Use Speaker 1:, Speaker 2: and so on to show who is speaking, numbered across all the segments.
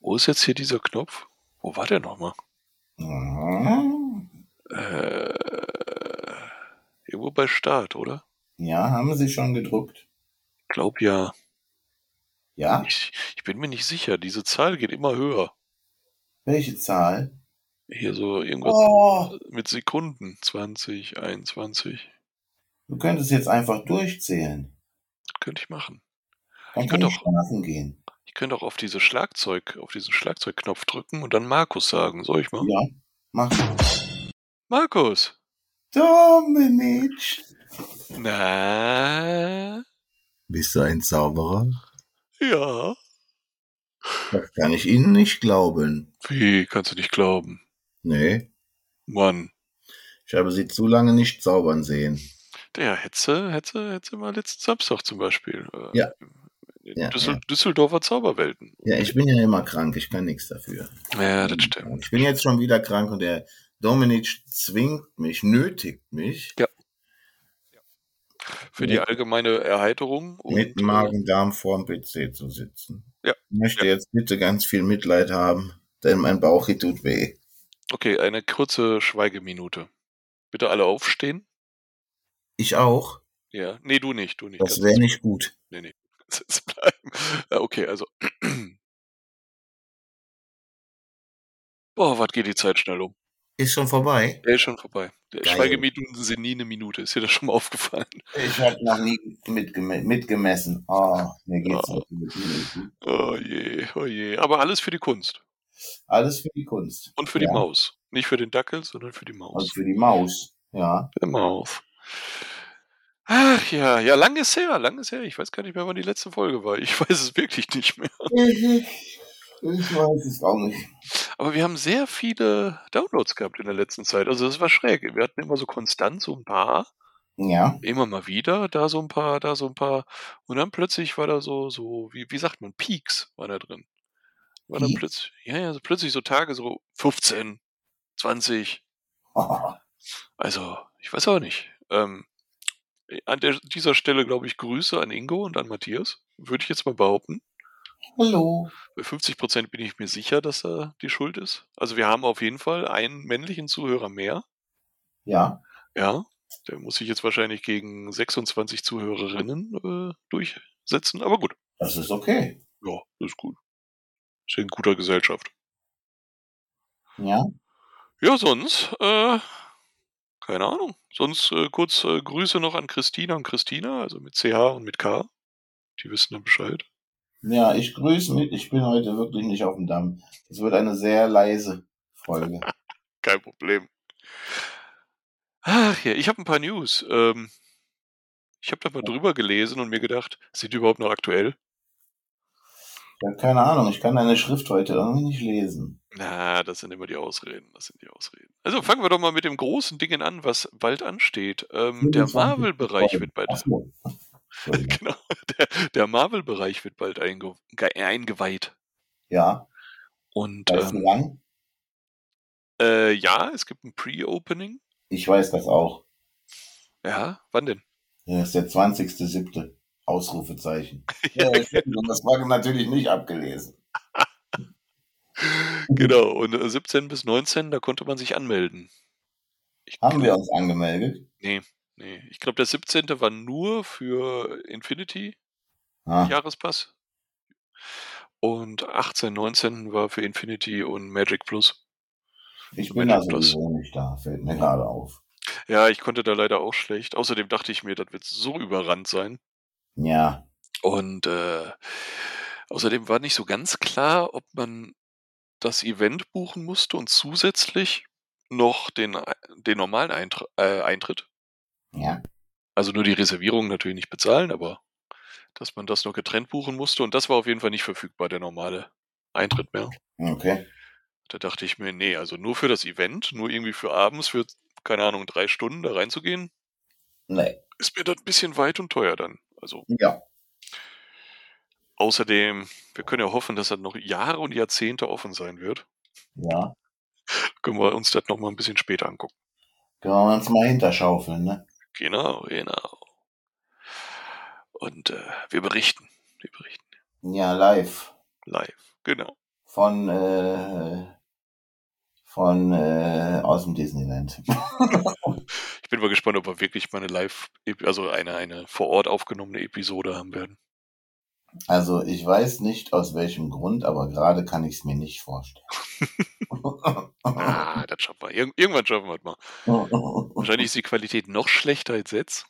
Speaker 1: Wo ist jetzt hier dieser Knopf? Wo war der nochmal?
Speaker 2: Mhm.
Speaker 1: Äh, irgendwo bei Start, oder?
Speaker 2: Ja, haben sie schon gedruckt.
Speaker 1: Glaub ja.
Speaker 2: Ja?
Speaker 1: Ich, ich bin mir nicht sicher. Diese Zahl geht immer höher.
Speaker 2: Welche Zahl?
Speaker 1: Hier so irgendwas
Speaker 2: Oh,
Speaker 1: mit Sekunden. 20, 21.
Speaker 2: du könntest jetzt einfach durchzählen.
Speaker 1: Könnte ich machen.
Speaker 2: Dann
Speaker 1: Ich
Speaker 2: kann
Speaker 1: könnte
Speaker 2: ich
Speaker 1: auch-
Speaker 2: schlafen gehen.
Speaker 1: Ich könnte auch auf diese Schlagzeug, auf diesen Schlagzeugknopf drücken und dann Markus sagen. Soll ich mal?
Speaker 2: Ja, mach.
Speaker 1: Markus!
Speaker 2: Dominic!
Speaker 1: Na?
Speaker 2: Bist du ein Zauberer?
Speaker 1: Ja.
Speaker 2: Das kann ich Ihnen nicht glauben.
Speaker 1: Wie, kannst du nicht glauben?
Speaker 2: Nee,
Speaker 1: Mann.
Speaker 2: ich habe Sie zu lange nicht zaubern sehen.
Speaker 1: Der Hetze, Hetze, Hetze mal letzten Samstag zum Beispiel. äh,
Speaker 2: Ja.
Speaker 1: in
Speaker 2: Ja,
Speaker 1: Düssel
Speaker 2: ja.
Speaker 1: Düsseldorfer Zauberwelten.
Speaker 2: Ja, ich bin ja immer krank, ich kann nichts dafür.
Speaker 1: Ja, das stimmt.
Speaker 2: Ich bin jetzt schon wieder krank und der Dominic zwingt mich, nötigt mich,
Speaker 1: Für die allgemeine Erheiterung. Und,
Speaker 2: mit
Speaker 1: äh,
Speaker 2: Magen-Darm vorm PC zu sitzen.
Speaker 1: Ja.
Speaker 2: Ich möchte jetzt bitte ganz viel Mitleid haben, denn mein Bauch hier tut weh.
Speaker 1: Okay, eine kurze Schweigeminute. Bitte alle aufstehen.
Speaker 2: Ich auch.
Speaker 1: Ja. Nee, du nicht, du nicht.
Speaker 2: Das
Speaker 1: Kannst
Speaker 2: wäre
Speaker 1: jetzt-
Speaker 2: nicht gut.
Speaker 1: Nee, nee. Kannst jetzt bleiben. Ja, Okay, also. Boah, was geht die Zeit schnell um?
Speaker 2: Ist schon vorbei.
Speaker 1: Der ist schon vorbei. Der
Speaker 2: Geil.
Speaker 1: Schweigeminuten sind nie eine Minute. Ist dir das schon mal aufgefallen?
Speaker 2: Ich habe noch nie mitgeme mitgemessen. Oh, mir geht's
Speaker 1: Ja.
Speaker 2: nicht gut.
Speaker 1: Oh je, oh je. Aber alles für die Kunst.
Speaker 2: Alles für die Kunst.
Speaker 1: Und für
Speaker 2: Ja.
Speaker 1: die Maus. Nicht für den Dackel, sondern für die
Speaker 2: Und
Speaker 1: Maus.
Speaker 2: für die Maus. Ja.
Speaker 1: Für die Maus. Ach ja, ja, lang ist her, lang ist her. Ich weiß gar nicht mehr, wann die letzte Folge war. Ich weiß es wirklich nicht mehr.
Speaker 2: Ich weiß es auch nicht.
Speaker 1: Aber wir haben sehr viele Downloads gehabt in der letzten Zeit. Also das war schräg. Wir hatten immer so konstant so ein paar,
Speaker 2: Ja.
Speaker 1: immer mal wieder, da so ein paar, da so ein paar. Und dann plötzlich war da so, so, wie, wie sagt man, Peaks war da drin. War dann
Speaker 2: Peaks?
Speaker 1: plötzlich, ja, ja, so plötzlich so Tage, so 15, 20,
Speaker 2: Oh,
Speaker 1: Also, ich weiß auch nicht. Ähm, an der, dieser Stelle, glaube ich, Grüße an Ingo und an Matthias. Würde ich jetzt mal behaupten.
Speaker 2: hallo.
Speaker 1: Bei 50 Prozent bin ich mir sicher, dass er die Schuld ist. Also, wir haben auf jeden Fall einen männlichen Zuhörer mehr.
Speaker 2: Ja.
Speaker 1: Ja, der muss sich jetzt wahrscheinlich gegen 26 Zuhörerinnen äh, durchsetzen. Aber gut.
Speaker 2: Das ist okay.
Speaker 1: Ja, das ist gut. Ist ja in guter Gesellschaft.
Speaker 2: Ja.
Speaker 1: Ja, sonst, äh, keine Ahnung. Sonst äh, kurz äh, Grüße noch an Christina und Christina, also mit CH und mit K. Die wissen dann Bescheid.
Speaker 2: Ja, ich grüße mit. Ich bin heute wirklich nicht auf dem Damm. Es wird eine sehr leise Folge.
Speaker 1: Kein Problem. Ach ja, ich habe ein paar News. Ähm, ich habe da mal drüber gelesen und mir gedacht, sind die überhaupt noch aktuell?
Speaker 2: Ja, keine Ahnung. Ich kann deine Schrift heute irgendwie nicht lesen.
Speaker 1: Na, das sind immer die Ausreden. Das sind die Ausreden. Also fangen wir doch mal mit dem großen Dingen an, was bald ansteht. Ähm, der
Speaker 2: 25
Speaker 1: Marvel-Bereich wird bald
Speaker 2: Ach so. Entschuldigung.
Speaker 1: genau, der, der Marvel-Bereich wird bald einge ge- eingeweiht.
Speaker 2: Ja.
Speaker 1: Und
Speaker 2: Weißt du
Speaker 1: ähm,
Speaker 2: wann?
Speaker 1: äh, ja, es gibt ein Pre-Opening.
Speaker 2: Ich weiß das auch.
Speaker 1: Ja, wann denn?
Speaker 2: Das ist der 20.07. Ausrufezeichen. Ja, Entschuldigung, das war natürlich nicht abgelesen.
Speaker 1: genau, und äh, 17 bis 19, da konnte man sich anmelden. Ich
Speaker 2: Haben wir
Speaker 1: glaub-
Speaker 2: uns angemeldet?
Speaker 1: Nee, ich glaube, der 17. war nur für Infinity
Speaker 2: Ah,
Speaker 1: Jahrespass. Und 18, 19 war für Infinity und Magic Plus.
Speaker 2: ich bin da sowieso nicht da, fällt mir gerade auf.
Speaker 1: Ja, ich konnte da leider auch schlecht. Außerdem dachte ich mir, das wird so überrannt sein.
Speaker 2: Ja,
Speaker 1: Und äh, außerdem war nicht so ganz klar, ob man das Event buchen musste und zusätzlich noch den, den normalen Eintr äh, Eintritt.
Speaker 2: ja.
Speaker 1: Also nur die Reservierung natürlich nicht bezahlen, aber dass man das noch getrennt buchen musste. Und das war auf jeden Fall nicht verfügbar, der normale Eintritt mehr.
Speaker 2: Okay.
Speaker 1: Da dachte ich mir, nee, also nur für das Event, nur irgendwie für abends, für, keine Ahnung, drei Stunden da reinzugehen,
Speaker 2: Nee.
Speaker 1: ist mir das ein bisschen weit und teuer dann. Also
Speaker 2: Ja.
Speaker 1: außerdem, wir können ja hoffen, dass das noch Jahre und Jahrzehnte offen sein wird.
Speaker 2: Ja.
Speaker 1: Können wir uns das nochmal ein bisschen später angucken.
Speaker 2: Können wir uns mal hinterschaufeln, ne?
Speaker 1: Genau, genau. Und äh, wir berichten. Wir berichten
Speaker 2: Ja, live.
Speaker 1: live. Genau.
Speaker 2: von, äh, von äh, aus dem Disneyland.
Speaker 1: Ich bin mal gespannt, ob wir wirklich mal eine Live, also eine, eine vor Ort aufgenommene Episode haben werden.
Speaker 2: Also ich weiß nicht aus welchem Grund, aber gerade kann ich es mir nicht vorstellen.
Speaker 1: Ah, das schaffen wir. Irg irgendwann schaffen wir das mal. Wahrscheinlich ist die Qualität noch schlechter als jetzt.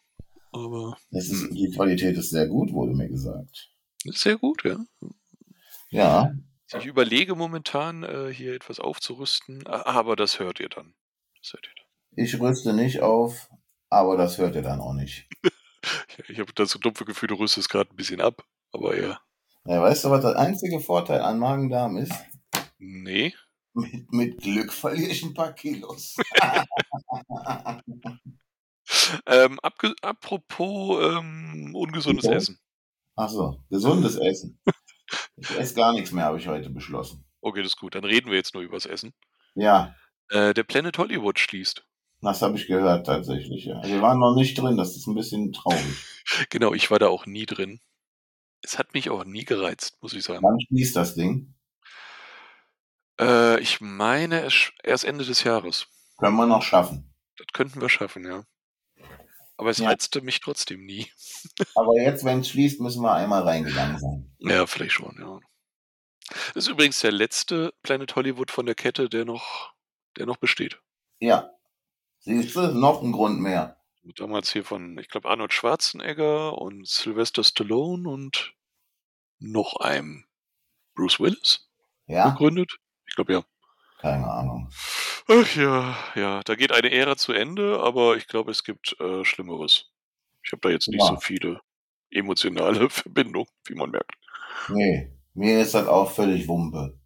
Speaker 1: Aber
Speaker 2: Das ist, die Qualität ist sehr gut, wurde mir gesagt.
Speaker 1: ist sehr gut, ja.
Speaker 2: Ja,
Speaker 1: Ich überlege momentan, äh, hier etwas aufzurüsten, a- aber das hört ihr dann. Das hört ihr dann.
Speaker 2: ich rüste nicht auf, aber das hört ihr dann auch nicht.
Speaker 1: Ich, ich habe das so dumpfe Gefühl, du rüstest gerade ein bisschen ab. Aber ja,
Speaker 2: Ja, weißt du, was der einzige Vorteil an Magen-Darm ist?
Speaker 1: nee.
Speaker 2: Mit, mit Glück verliere ich ein paar Kilos.
Speaker 1: Ähm, abge apropos ähm, ungesundes
Speaker 2: Ja.
Speaker 1: Essen.
Speaker 2: Ach so, gesundes Essen. Ich esse gar nichts mehr, habe ich heute beschlossen.
Speaker 1: Okay, das ist gut. Dann reden wir jetzt nur übers Essen.
Speaker 2: Ja,
Speaker 1: Äh, der Planet Hollywood schließt.
Speaker 2: das habe ich gehört tatsächlich. Ja. Wir waren noch nicht drin, das ist ein bisschen traurig.
Speaker 1: Genau, ich war da auch nie drin. Es hat mich auch nie gereizt, muss ich sagen.
Speaker 2: Wann schließt das Ding?
Speaker 1: Äh, ich meine, es sch- erst Ende des Jahres.
Speaker 2: Können wir noch schaffen.
Speaker 1: Das könnten wir schaffen, ja. Aber es
Speaker 2: Ja.
Speaker 1: reizte mich trotzdem nie.
Speaker 2: Aber jetzt, wenn es schließt, müssen wir einmal reingegangen sein.
Speaker 1: Ja, vielleicht schon, ja. Das ist übrigens der letzte Planet Hollywood von der Kette, der noch, der noch besteht.
Speaker 2: Ja. Siehst du, noch ein Grund mehr.
Speaker 1: Damals hier von, ich glaube, Arnold Schwarzenegger und Sylvester Stallone und noch einem Bruce Willis
Speaker 2: Ja?
Speaker 1: gegründet. Ich glaube, ja.
Speaker 2: Keine Ahnung.
Speaker 1: Ach ja, ja, da geht eine Ära zu Ende, aber ich glaube, es gibt äh, Schlimmeres. Ich habe da jetzt nicht
Speaker 2: Ja.
Speaker 1: so viele emotionale Verbindungen, wie man merkt.
Speaker 2: Nee, mir ist das auch völlig Wumpe.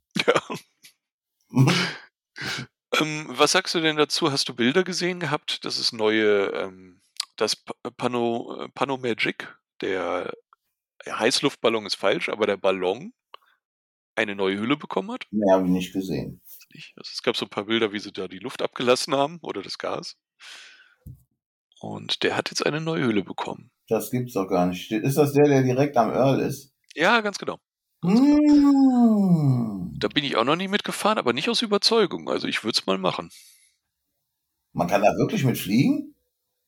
Speaker 1: Ähm, was sagst du denn dazu? Hast du Bilder gesehen gehabt? Das ist neue, ähm, das P- Pano, äh, Pano Magic, der der Heißluftballon ist falsch, aber der Ballon eine neue Hülle bekommen hat.
Speaker 2: Mehr habe ich nicht gesehen.
Speaker 1: Nicht? Also es gab so ein paar Bilder, wie sie da die Luft abgelassen haben oder das Gas. Und der hat jetzt eine neue Hülle bekommen.
Speaker 2: Das gibt's doch gar nicht. Ist das der, der direkt am Earl ist?
Speaker 1: Ja, ganz genau.
Speaker 2: Mmh.
Speaker 1: Da bin ich auch noch nie mitgefahren, aber nicht aus Überzeugung. Also ich würde es mal machen.
Speaker 2: Man kann da wirklich mit fliegen?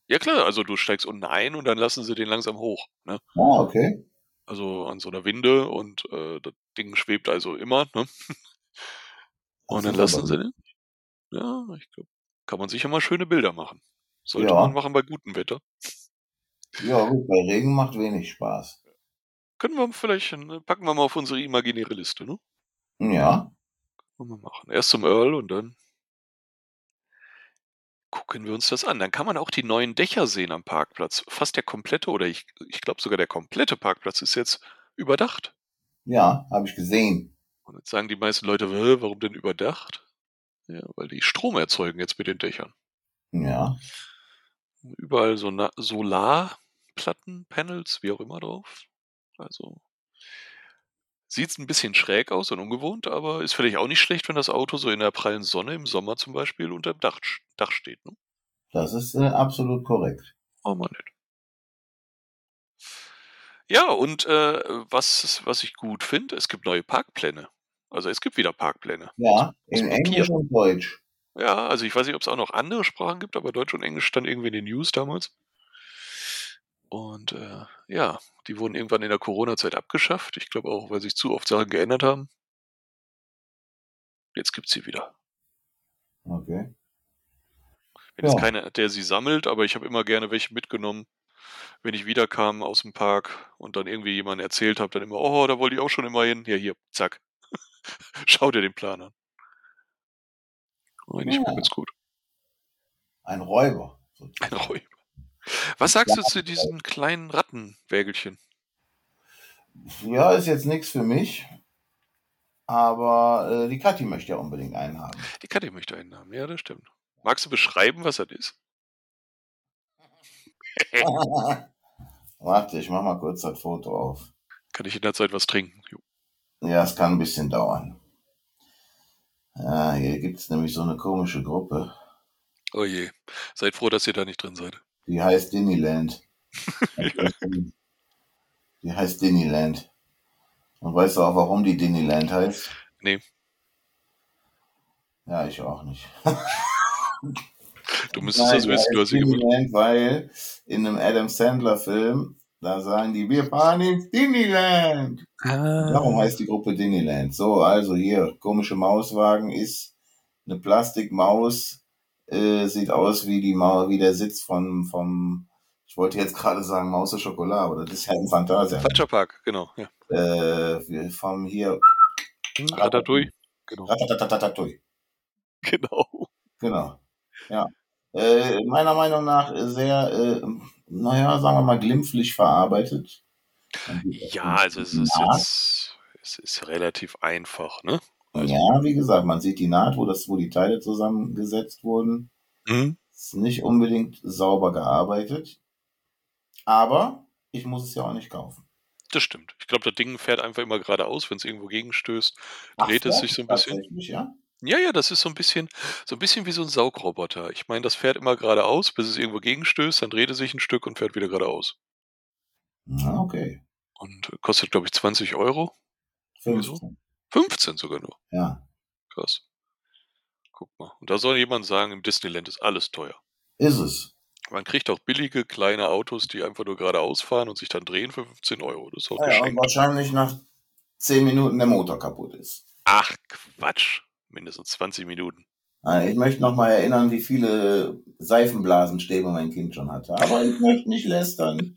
Speaker 1: Ja klar, also du steigst unten ein und dann lassen sie den langsam hoch. Ne?
Speaker 2: Ah, okay.
Speaker 1: also an so einer Winde und äh, das Ding schwebt also immer. Ne? Und dann lassen sie den. Ja, ich glaube, kann man sicher mal schöne Bilder machen. Sollte
Speaker 2: Ja.
Speaker 1: man machen bei gutem Wetter.
Speaker 2: Ja, gut, bei Regen macht wenig Spaß.
Speaker 1: Können wir vielleicht, ne, packen wir mal auf unsere imaginäre Liste, ne?
Speaker 2: Ja.
Speaker 1: Können wir machen. Erst zum Earl und dann gucken wir uns das an. Dann kann man auch die neuen Dächer sehen am Parkplatz. Fast der komplette, oder ich, ich glaube sogar der komplette Parkplatz ist jetzt überdacht.
Speaker 2: Ja, habe ich gesehen.
Speaker 1: Und jetzt sagen die meisten Leute, "Hä, warum denn überdacht? Ja, weil die Strom erzeugen jetzt mit den Dächern.
Speaker 2: Ja.
Speaker 1: überall so Na- Solarplatten, Panels, wie auch immer drauf. Also sieht ein bisschen schräg aus und ungewohnt, aber ist vielleicht auch nicht schlecht, wenn das Auto so in der prallen Sonne im Sommer zum Beispiel unter dem Dach, Dach steht. Ne?
Speaker 2: Das ist äh, absolut korrekt.
Speaker 1: Oh man nicht. Ja, und äh, was, was ich gut finde, es gibt neue Parkpläne. Also es gibt wieder Parkpläne.
Speaker 2: Ja, in
Speaker 1: Papier.
Speaker 2: Englisch und Deutsch.
Speaker 1: Ja, also ich weiß nicht, ob es auch noch andere Sprachen gibt, aber Deutsch und Englisch stand irgendwie in den News damals. Und äh, ja, die wurden irgendwann in der Corona-Zeit abgeschafft. Ich glaube auch, weil sich zu oft Sachen geändert haben. Jetzt gibt's sie wieder.
Speaker 2: Okay.
Speaker 1: Wenn jetzt
Speaker 2: Ja.
Speaker 1: keiner, der sie sammelt, aber ich habe immer gerne welche mitgenommen. Wenn ich wiederkam aus dem Park und dann irgendwie jemanden erzählt habe, dann immer, oh, da wollte ich auch schon immer hin. Ja, hier, zack. Schau dir den Plan an. Oh, Eigentlich
Speaker 2: Ja.
Speaker 1: ganz gut.
Speaker 2: Ein Räuber.
Speaker 1: Ein Räuber. Was sagst du zu diesen kleinen Rattenwägelchen?
Speaker 2: Ja, ist jetzt nichts für mich. Aber äh, die Kathi möchte ja unbedingt einen haben.
Speaker 1: Die kann ich möchte einen haben, ja, das stimmt. Magst du beschreiben, was das ist?
Speaker 2: Warte, ich mach mal kurz das Foto auf.
Speaker 1: Kann ich in der Zeit was trinken? Jo.
Speaker 2: Ja, es kann ein bisschen dauern. Ja, hier gibt's nämlich so eine komische Gruppe,
Speaker 1: Oh je. Seid froh, dass ihr da nicht drin seid.
Speaker 2: die heißt Dinnyland. die heißt Dinnyland. Und weißt du auch, warum die Dinnyland heißt?
Speaker 1: Nee.
Speaker 2: Ja, ich auch nicht.
Speaker 1: Du müsstest das wissen, du hast sie gemacht.
Speaker 2: Disneyland, weil in einem Adam Sandler Film, da sagen die, wir fahren ins Disneyland. Darum heißt die Gruppe Disneyland. So, also hier, komische Mauswagen ist eine Plastikmaus, äh, sieht aus wie die Mau wie der Sitz von, vom, ich wollte jetzt gerade sagen, Maus au Schokolade oder das ist halt ein Fantasia.
Speaker 1: Falscher Park, genau. Ja.
Speaker 2: Äh, vom hier,
Speaker 1: Hm, Ratatouille. Genau.
Speaker 2: Ratatatatui.
Speaker 1: genau.
Speaker 2: Genau. Ja. Äh, meiner Meinung nach sehr, äh, naja, sagen wir mal, glimpflich verarbeitet.
Speaker 1: Ja, also es ist jetzt es ist relativ einfach, ne?
Speaker 2: Ja, wie gesagt, man sieht die Naht, wo, das, wo die Teile zusammengesetzt wurden.
Speaker 1: Mhm.
Speaker 2: Ist nicht unbedingt sauber gearbeitet. Aber ich muss es ja auch nicht kaufen.
Speaker 1: Das stimmt. Ich glaube, das Ding fährt einfach immer geradeaus, wenn es irgendwo gegenstößt,
Speaker 2: Ach,
Speaker 1: dreht es
Speaker 2: ja,
Speaker 1: sich so ein bisschen.
Speaker 2: tatsächlich, Ja?
Speaker 1: Ja, ja, das ist so ein bisschen, so ein bisschen wie so ein Saugroboter. Ich meine, das fährt immer geradeaus, bis es irgendwo gegenstößt, dann dreht es sich ein Stück und fährt wieder geradeaus.
Speaker 2: Na, okay.
Speaker 1: Und äh, kostet, glaube ich, 20 Euro.
Speaker 2: 15.
Speaker 1: 15 sogar nur.
Speaker 2: Ja.
Speaker 1: Krass. Guck mal. Und da soll jemand sagen, im Disneyland ist alles teuer.
Speaker 2: Ist es.
Speaker 1: Man kriegt auch billige kleine Autos, die einfach nur geradeaus fahren und sich dann drehen für 15 Euro. Das ist auch
Speaker 2: Ja, und
Speaker 1: geschenkt.
Speaker 2: wahrscheinlich nach 10 Minuten der Motor kaputt ist.
Speaker 1: Ach, Quatsch. Mindestens 20 Minuten.
Speaker 2: Äh, Ich möchte noch mal erinnern, wie viele Seifenblasenstäbe mein Kind schon hatte. Aber ich möchte nicht lästern.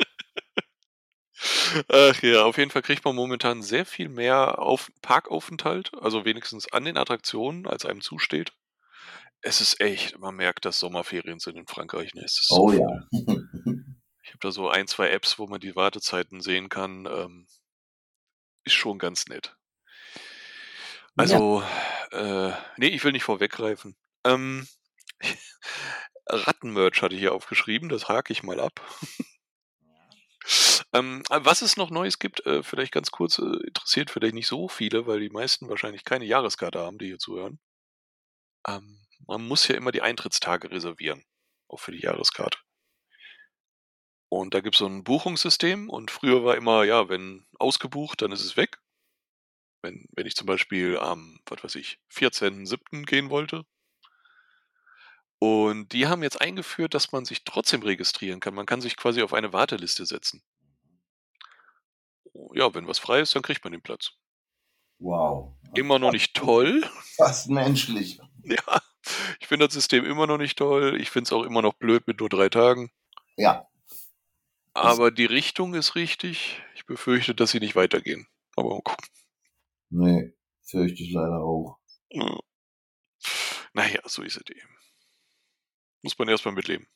Speaker 1: Ach ja, auf jeden Fall kriegt man momentan sehr viel mehr auf Parkaufenthalt, also wenigstens an den Attraktionen, als einem zusteht. Es ist echt, man merkt, dass Sommerferien sind in Frankreich. Ne? Es ist so
Speaker 2: Oh
Speaker 1: voll.
Speaker 2: ja.
Speaker 1: Ich habe da so ein, zwei Apps, wo man die Wartezeiten sehen kann. Ähm, ist schon ganz nett. Also, äh, nee, ich will nicht vorweggreifen. Ähm, Rattenmerch hatte ich hier aufgeschrieben, das hake ich mal ab. ähm, was es noch Neues gibt, äh, vielleicht ganz kurz, äh, interessiert vielleicht nicht so viele, weil die meisten wahrscheinlich keine Jahreskarte haben, die hier zuhören. Ähm, man muss ja immer die Eintrittstage reservieren, auch für die Jahreskarte. Und da gibt es so ein Buchungssystem und früher war immer, ja, wenn ausgebucht, dann ist es weg. Wenn, wenn ich zum Beispiel am, was weiß ich, 14.07. gehen wollte. Und die haben jetzt eingeführt, dass man sich trotzdem registrieren kann. Man kann sich quasi auf eine Warteliste setzen. Ja, wenn was frei ist, dann kriegt man den Platz.
Speaker 2: Wow.
Speaker 1: Immer noch nicht toll,
Speaker 2: Fast menschlich.
Speaker 1: ja, ich finde das System immer noch nicht toll. Ich finde es auch immer noch blöd mit nur drei Tagen.
Speaker 2: Ja.
Speaker 1: Aber die Richtung ist richtig. Ich befürchte, dass sie nicht weitergehen. Aber mal gucken.
Speaker 2: Nee, fürchte ich leider auch.
Speaker 1: Ja. Naja, so ist es eben. Muss man erstmal mitleben.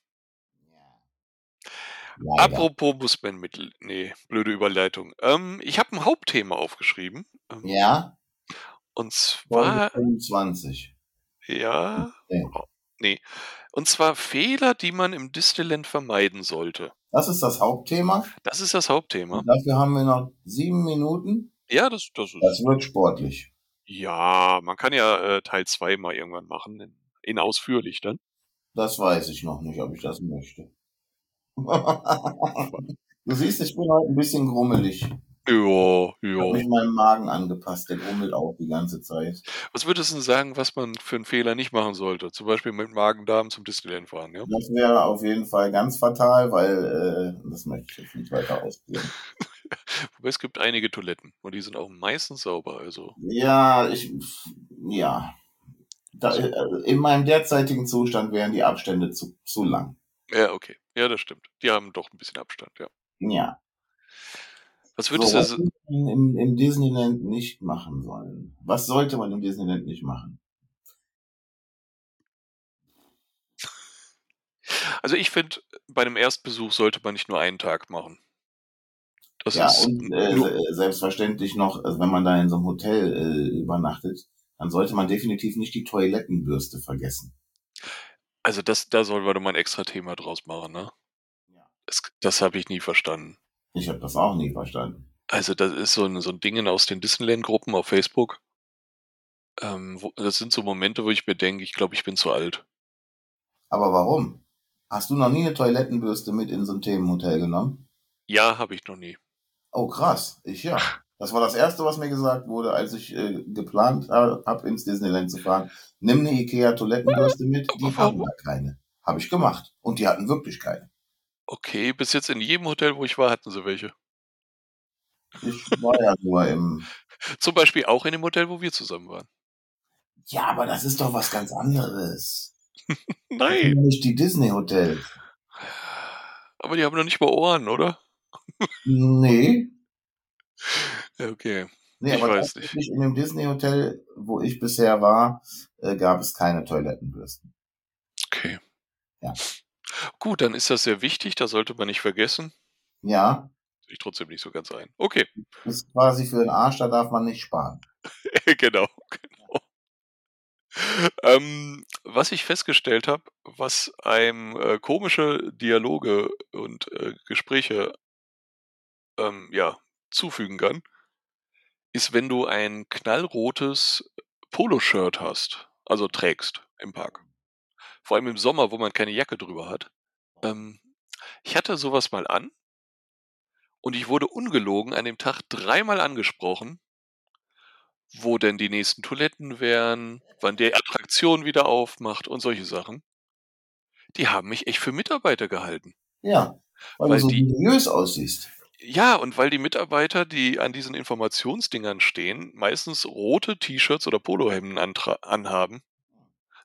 Speaker 2: Leider.
Speaker 1: Apropos muss man mit. Nee, blöde Überleitung. Ähm, ich habe ein Hauptthema aufgeschrieben. Ähm,
Speaker 2: Ja?
Speaker 1: Und
Speaker 2: Folge
Speaker 1: zwar.
Speaker 2: 25.
Speaker 1: Ja.
Speaker 2: Nee.
Speaker 1: Oh, Nee. Und zwar Fehler, die man im Distilland vermeiden sollte.
Speaker 2: Das ist das Hauptthema.
Speaker 1: Das ist das Hauptthema.
Speaker 2: Und dafür haben wir noch sieben Minuten.
Speaker 1: Ja, das, das ist.
Speaker 2: Das wird sportlich.
Speaker 1: Ja, man kann ja äh, Teil 2 mal irgendwann machen, in, in ausführlich dann.
Speaker 2: Das weiß ich noch nicht, ob ich das möchte. du siehst, ich bin heute ein bisschen grummelig.
Speaker 1: Ja,
Speaker 2: Ich habe mich
Speaker 1: ja.
Speaker 2: meinem Magen angepasst. Der grummelt auch die ganze Zeit.
Speaker 1: Was würdest du denn sagen, was man für einen Fehler nicht machen sollte? Zum Beispiel mit Magen-Darm zum Disneyland fahren, ja?
Speaker 2: Das wäre auf jeden Fall ganz fatal, weil äh, das möchte ich jetzt nicht weiter ausführen.
Speaker 1: Wobei es gibt einige Toiletten und die sind auch meistens sauber, also.
Speaker 2: Ja, ich, ja. Da, äh, in meinem derzeitigen Zustand wären die Abstände zu, zu lang.
Speaker 1: Ja, okay. Ja, das stimmt. Die haben doch ein bisschen Abstand, ja.
Speaker 2: Ja.
Speaker 1: Was
Speaker 2: So,
Speaker 1: würdest
Speaker 2: was
Speaker 1: du,
Speaker 2: würde man im, im Disneyland nicht machen sollen? Was sollte man im Disneyland nicht machen?
Speaker 1: also ich finde, bei einem Erstbesuch sollte man nicht nur einen Tag machen. Das
Speaker 2: ja,
Speaker 1: ist
Speaker 2: und äh,
Speaker 1: nur,
Speaker 2: se- selbstverständlich noch, also wenn man da in so einem Hotel äh, übernachtet, dann sollte man definitiv nicht die Toilettenbürste vergessen.
Speaker 1: also das, da soll man mal ein extra Thema draus machen, ne?
Speaker 2: Ja.
Speaker 1: Das, das habe ich nie verstanden.
Speaker 2: Ich habe das auch nie verstanden.
Speaker 1: Also das ist so ein, so ein Ding aus den Disneyland-Gruppen auf Facebook. Ähm, wo, das sind so Momente, wo ich mir denke, ich glaube, ich bin zu alt.
Speaker 2: Aber warum? Hast du noch nie eine Toilettenbürste mit in so ein Themenhotel genommen?
Speaker 1: Ja, habe ich noch nie.
Speaker 2: Oh krass, ich ja. Das war das Erste, was mir gesagt wurde, als ich äh, geplant habe, ins Disneyland zu fahren. Nimm eine Ikea-Toilettenbürste mit, die haben da keine. Habe ich gemacht. Und die hatten wirklich keine.
Speaker 1: Okay, bis jetzt in jedem Hotel, wo ich war, hatten sie welche.
Speaker 2: Ich war ja nur im...
Speaker 1: Zum Beispiel auch in dem Hotel, wo wir zusammen waren.
Speaker 2: Ja, aber das ist doch was ganz anderes. Das sind
Speaker 1: Nein,
Speaker 2: ja Nicht die Disney-Hotels.
Speaker 1: aber die haben noch nicht mal Ohren, oder?
Speaker 2: Nee,
Speaker 1: Ja, okay.
Speaker 2: Nee,
Speaker 1: Ich
Speaker 2: aber
Speaker 1: weiß
Speaker 2: tatsächlich in dem Disney-Hotel, wo ich bisher war, äh, gab es keine Toilettenbürsten.
Speaker 1: Okay.
Speaker 2: Ja.
Speaker 1: Gut, dann ist das sehr wichtig, das sollte man nicht vergessen.
Speaker 2: Ja,
Speaker 1: Ich trotzdem nicht so ganz ein. Okay,
Speaker 2: das ist quasi für den Arsch, da darf man nicht sparen.
Speaker 1: genau. genau. Ähm, was ich festgestellt habe, was einem äh, komische Dialoge und äh, Gespräche ähm, ja, zufügen kann, ist, wenn du ein knallrotes Poloshirt hast, also trägst im Park. Vor allem im Sommer, wo man keine Jacke drüber hat. Ähm, ich hatte sowas mal an und ich wurde ungelogen an dem Tag dreimal angesprochen, wo denn die nächsten Toiletten wären, wann die Attraktion wieder aufmacht und solche Sachen. Die haben mich echt für Mitarbeiter gehalten.
Speaker 2: Ja, weil,
Speaker 1: Weil
Speaker 2: du so
Speaker 1: die-
Speaker 2: seriös aussiehst.
Speaker 1: Ja, und weil die Mitarbeiter, die an diesen Informationsdingern stehen, meistens rote T-Shirts oder Polohemden antra- anhaben.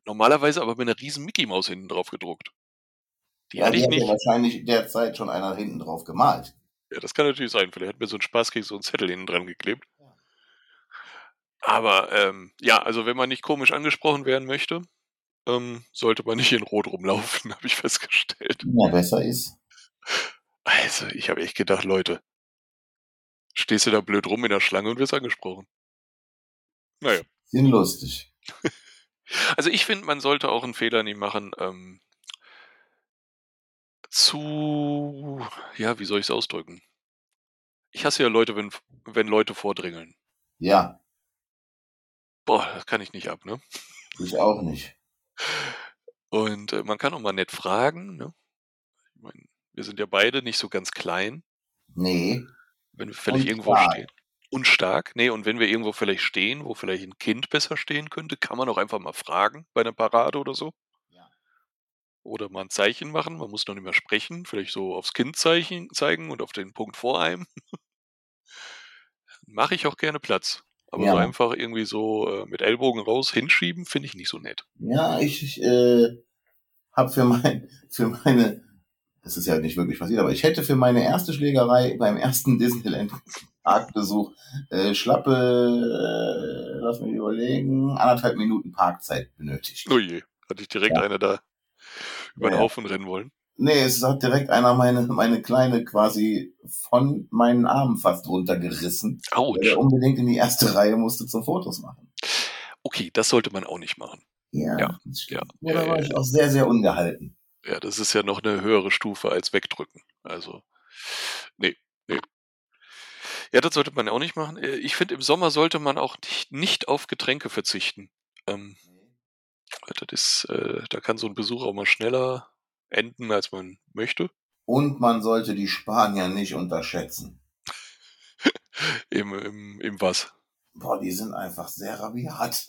Speaker 1: Normalerweise aber mit einer riesen Mickey-Maus hinten drauf gedruckt. Die
Speaker 2: Ja,
Speaker 1: hatte
Speaker 2: die
Speaker 1: ich
Speaker 2: hat ja
Speaker 1: nicht.
Speaker 2: wahrscheinlich derzeit schon einer hinten drauf gemalt.
Speaker 1: Ja, das kann natürlich sein. Vielleicht hat mir so ein Spaßkeks so einen Zettel hinten dran geklebt.
Speaker 2: Ja.
Speaker 1: Aber ähm, ja, also wenn man nicht komisch angesprochen werden möchte, ähm, sollte man nicht in Rot rumlaufen, habe ich festgestellt.
Speaker 2: Ja, besser ist.
Speaker 1: Also, ich habe echt gedacht, Leute, stehst du da blöd rum in der Schlange und wirst angesprochen. Naja.
Speaker 2: Sind lustig.
Speaker 1: Also ich finde, man sollte auch einen Fehler nicht machen. Ähm, zu, ja, wie soll ich es ausdrücken? Ich hasse ja Leute, wenn, wenn Leute vordringeln.
Speaker 2: Ja,
Speaker 1: Boah, das kann ich nicht ab, ne?
Speaker 2: ich auch nicht.
Speaker 1: Und äh, man kann auch mal nett fragen, ne? Ich mein, wir sind ja beide nicht so ganz klein,
Speaker 2: Nee,
Speaker 1: wenn wir vielleicht
Speaker 2: Und
Speaker 1: irgendwo
Speaker 2: stark.
Speaker 1: stehen. Und stark, nee, und wenn wir irgendwo vielleicht stehen, wo vielleicht ein Kind besser stehen könnte, kann man auch einfach mal fragen bei einer Parade oder so.
Speaker 2: Ja.
Speaker 1: Oder mal ein Zeichen machen, man muss noch nicht mehr sprechen, vielleicht so aufs Kind zeichen, zeigen und auf den Punkt vor einem. Mache ich auch gerne Platz. Aber so
Speaker 2: Ja.
Speaker 1: einfach irgendwie so äh, mit Ellbogen raus hinschieben, finde ich nicht so nett.
Speaker 2: ja, ich, ich äh, habe für, mein, für meine, das ist ja nicht wirklich passiert, aber ich hätte für meine erste Schlägerei beim ersten Disneyland-Parkbesuch äh, schlappe, äh, lass mich überlegen, anderthalb Minuten Parkzeit benötigt.
Speaker 1: Oh je, hatte ich direkt
Speaker 2: Ja.
Speaker 1: einer da über den
Speaker 2: Ja.
Speaker 1: Haufen rennen wollen.
Speaker 2: Nee, es hat direkt einer meine, meine Kleine quasi von meinen Armen fast runtergerissen, weil
Speaker 1: Autsch.
Speaker 2: er unbedingt in die erste Reihe musste zum Fotos machen.
Speaker 1: Okay, das sollte man auch nicht machen.
Speaker 2: Ja,
Speaker 1: Ja,
Speaker 2: das
Speaker 1: ja,
Speaker 2: stimmt. ja, da
Speaker 1: ja,
Speaker 2: war
Speaker 1: ja,
Speaker 2: ich auch sehr, sehr ungehalten.
Speaker 1: Ja, das ist ja noch eine höhere Stufe als wegdrücken. Also, nee, nee. Ja, das sollte man auch nicht machen. Äh, Ich finde, im Sommer sollte man auch nicht, nicht auf Getränke verzichten. Ähm, das ist, äh, da kann so ein Besuch auch mal schneller enden, als man möchte.
Speaker 2: Und man sollte die Spanier nicht unterschätzen.
Speaker 1: Im, im, im was?
Speaker 2: Boah, die sind einfach sehr rabiat.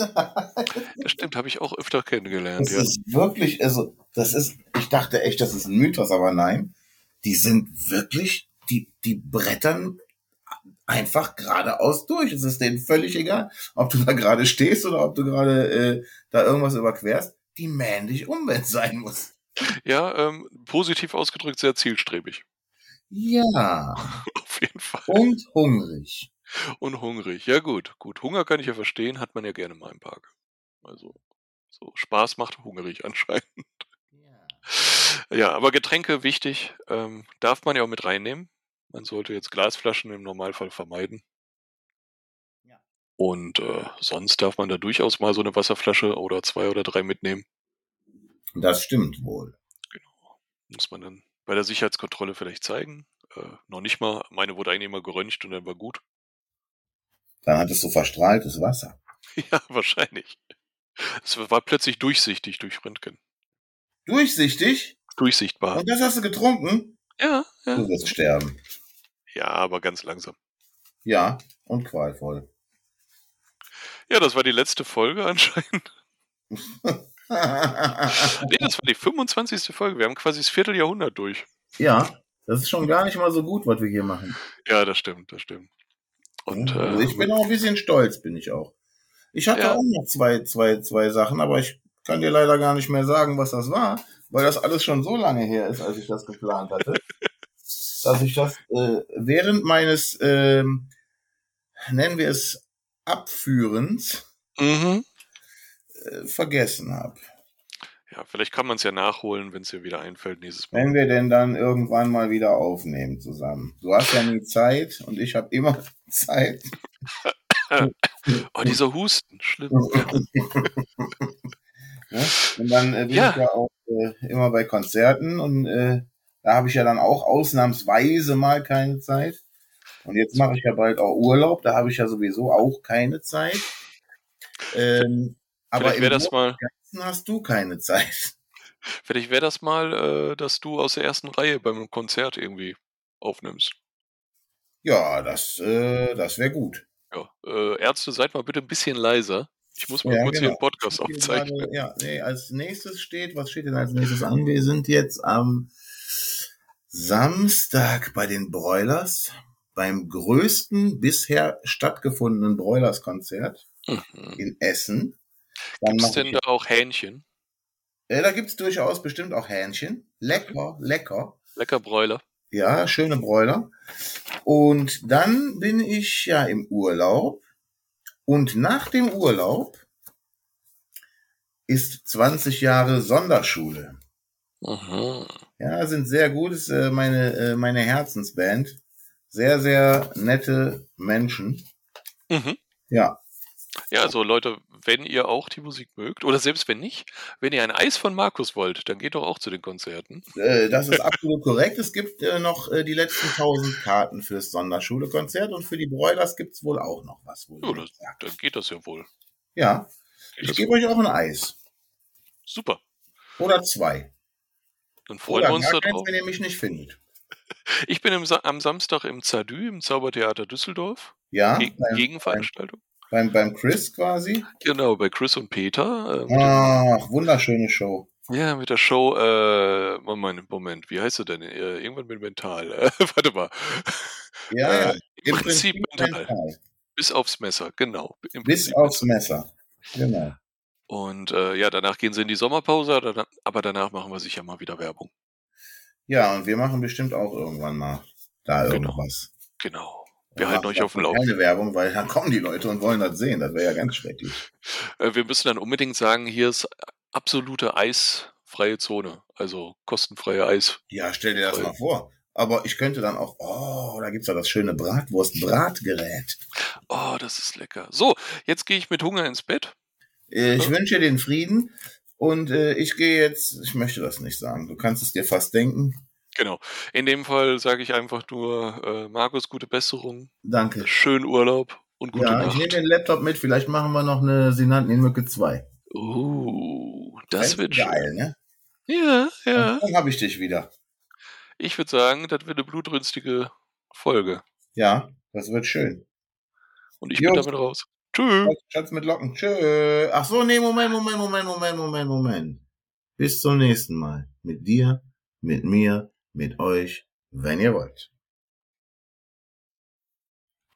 Speaker 1: Das stimmt, habe ich auch öfter kennengelernt.
Speaker 2: Das
Speaker 1: Ja.
Speaker 2: ist wirklich, also, das ist, ich dachte echt, das ist ein Mythos, aber nein. Die sind wirklich, die, die brettern einfach geradeaus durch. Es ist denen völlig egal, ob du da gerade stehst oder ob du gerade äh, da irgendwas überquerst. Die mähen dich um, wenn es sein muss.
Speaker 1: ja, ähm, positiv ausgedrückt, sehr zielstrebig.
Speaker 2: Ja,
Speaker 1: Auf jeden Fall.
Speaker 2: und hungrig.
Speaker 1: Und hungrig. Ja, gut. Gut. Hunger kann ich ja verstehen, hat man ja gerne mal im Park. Also, so Spaß macht hungrig anscheinend. Ja, aber Getränke wichtig. Ähm, darf man ja auch mit reinnehmen. Man sollte jetzt Glasflaschen im Normalfall vermeiden.
Speaker 2: Ja.
Speaker 1: Und äh, sonst darf man da durchaus mal so eine Wasserflasche oder zwei oder drei mitnehmen.
Speaker 2: Das stimmt wohl.
Speaker 1: Muss man dann bei der Sicherheitskontrolle vielleicht zeigen. Äh, noch nicht mal. Meine wurde eigentlich immer geröntgt und dann war gut.
Speaker 2: Dann hattest du verstrahltes Wasser.
Speaker 1: ja, wahrscheinlich. Es war plötzlich durchsichtig durch Röntgen.
Speaker 2: Durchsichtig?
Speaker 1: Durchsichtbar.
Speaker 2: Und das hast du getrunken?
Speaker 1: Ja, ja.
Speaker 2: Mhm. Du wirst sterben.
Speaker 1: Ja, aber ganz langsam.
Speaker 2: Ja, und qualvoll.
Speaker 1: Ja, das war die letzte Folge anscheinend. nee, das war die 25. Folge. Wir haben quasi das Vierteljahrhundert durch.
Speaker 2: Ja, das ist schon gar nicht mal so gut, was wir hier machen.
Speaker 1: Ja, das stimmt, das stimmt. ähm,
Speaker 2: Und, also ich bin auch ein bisschen stolz, bin ich auch. Ich hatte ja. auch noch zwei, zwei, zwei Sachen, aber ich kann dir leider gar nicht mehr sagen, was das war, weil das alles schon so lange her ist, als ich das geplant hatte, dass ich das äh, während meines, äh, nennen wir es, Abführens
Speaker 1: Mhm.
Speaker 2: äh, vergessen habe.
Speaker 1: Ja, vielleicht kann man es ja nachholen, wenn es dir wieder einfällt nächstes Mal.
Speaker 2: Wenn wir denn dann irgendwann mal wieder aufnehmen zusammen. Du hast ja nie Zeit und ich habe immer Zeit.
Speaker 1: oh, dieser Husten, schlimm.
Speaker 2: Mhm, Ne? Und dann äh, bin
Speaker 1: Ja.
Speaker 2: ich ja auch äh, immer bei Konzerten und äh, da habe ich ja dann auch ausnahmsweise mal keine Zeit. Und jetzt mache ich ja bald auch Urlaub, da habe ich ja sowieso auch keine Zeit. Ähm, aber
Speaker 1: vielleicht
Speaker 2: im
Speaker 1: wäre das mal,
Speaker 2: Ganzen hast du keine Zeit.
Speaker 1: vielleicht wäre das mal, äh, dass du aus der ersten Reihe beim Konzert irgendwie aufnimmst.
Speaker 2: Ja, das, äh, das wäre gut.
Speaker 1: Ja. Äh, Ärzte, seid mal bitte ein bisschen leiser. Ich muss mal
Speaker 2: Ja,
Speaker 1: kurz
Speaker 2: genau.
Speaker 1: hier einen Podcast aufzeichnen.
Speaker 2: Gerade- Ja, nee, als nächstes steht, was steht denn als nächstes an? Wir sind jetzt am Samstag bei den Broilers, beim größten bisher stattgefundenen Broilers-Konzert
Speaker 1: Mhm.
Speaker 2: in Essen. Dann
Speaker 1: Gibt es
Speaker 2: mach
Speaker 1: denn
Speaker 2: ich,
Speaker 1: da auch Hähnchen?
Speaker 2: äh, da gibt's durchaus bestimmt auch Hähnchen. Lecker, lecker.
Speaker 1: Lecker Bräuler.
Speaker 2: Ja, schöne Bräuler. Und dann bin ich ja im Urlaub. Und nach dem Urlaub ist 20 Jahre Sonderschule.
Speaker 1: Mhm.
Speaker 2: Ja, sind sehr gut, ist äh, meine, äh, meine Herzensband. Sehr, sehr nette Menschen.
Speaker 1: Mhm.
Speaker 2: Ja,
Speaker 1: Ja, also Leute, wenn ihr auch die Musik mögt, oder selbst wenn nicht, wenn ihr ein Eis von Markus wollt, dann geht doch auch zu den Konzerten.
Speaker 2: äh, das ist absolut korrekt. Es gibt äh, noch äh, die letzten 1000 Karten fürs Sonderschule-Konzert und für die Broilers gibt's wohl auch noch was. Wohl
Speaker 1: Ja, Oh, das- Dann geht das ja wohl.
Speaker 2: ja,
Speaker 1: Geht
Speaker 2: ich
Speaker 1: das
Speaker 2: gebe euch auch ein Eis.
Speaker 1: Super.
Speaker 2: Oder zwei.
Speaker 1: Dann freuen
Speaker 2: Oder
Speaker 1: wir uns
Speaker 2: gar keins,
Speaker 1: darauf.
Speaker 2: wenn ihr mich nicht findet.
Speaker 1: Ich bin im Sa am Samstag im Zadü, im Zaubertheater Düsseldorf.
Speaker 2: Ah, Ja,
Speaker 1: Ge
Speaker 2: beim,
Speaker 1: Gegenveranstaltung.
Speaker 2: beim, beim Chris quasi.
Speaker 1: Genau, bei Chris und Peter. Äh, mit
Speaker 2: Ah. Ach, wunderschöne Show.
Speaker 1: dem, ja, mit der Show. Äh, Moment, Moment, wie heißt sie denn? Äh, irgendwann mit Mental. Äh, warte mal.
Speaker 2: Ja,
Speaker 1: Äh,
Speaker 2: ja.
Speaker 1: Im Prinzip mental.
Speaker 2: mental.
Speaker 1: Bis aufs Messer, genau. Im
Speaker 2: Bis
Speaker 1: Prinzip
Speaker 2: aufs Messer. Genau.
Speaker 1: Und äh, ja, danach gehen sie in die Sommerpause, dana- aber danach machen wir sicher mal wieder Werbung.
Speaker 2: Ja, und wir machen bestimmt auch irgendwann mal da
Speaker 1: Genau.
Speaker 2: irgendwas.
Speaker 1: Genau. Wir
Speaker 2: Dann
Speaker 1: halten
Speaker 2: machen
Speaker 1: euch auf dem
Speaker 2: dafür
Speaker 1: Laufenden.
Speaker 2: Keine Werbung, weil dann kommen die Leute und wollen das sehen. Das wäre ja ganz schrecklich.
Speaker 1: Äh, wir müssen dann unbedingt sagen, hier ist absolute eisfreie Zone, also kostenfreie Eis.
Speaker 2: Ja, stell dir das
Speaker 1: Voll.
Speaker 2: mal vor. Aber ich könnte dann auch, oh, da gibt's ja das schöne Bratwurst-Bratgerät.
Speaker 1: Oh, das ist lecker. So, jetzt gehe ich mit Hunger ins Bett.
Speaker 2: Äh, Ich
Speaker 1: Ja.
Speaker 2: wünsche dir den Frieden und äh, ich gehe jetzt, ich möchte das nicht sagen, du kannst es dir fast denken.
Speaker 1: Genau. In dem Fall sage ich einfach nur, äh, Markus, gute Besserung,
Speaker 2: Danke.
Speaker 1: schönen Urlaub und gute
Speaker 2: ja, ich
Speaker 1: Nacht.
Speaker 2: nehme den Laptop mit, vielleicht machen wir noch eine Sinanten in Mücke 2.
Speaker 1: Uh, das
Speaker 2: Fändest
Speaker 1: wird
Speaker 2: du
Speaker 1: schön.
Speaker 2: geil, ne?
Speaker 1: Ja, ja.
Speaker 2: Und Dann habe ich dich wieder.
Speaker 1: Ich würde sagen, das wird eine blutrünstige Folge.
Speaker 2: Ja, das wird schön.
Speaker 1: Und ich
Speaker 2: Jo.
Speaker 1: bin damit raus. Tschüss.
Speaker 2: Schatz mit Locken. Tschö. Ach so, nee, Moment, Moment, Moment, Moment, Moment, Moment. Bis zum nächsten Mal. Mit dir, mit mir, mit euch, wenn ihr wollt.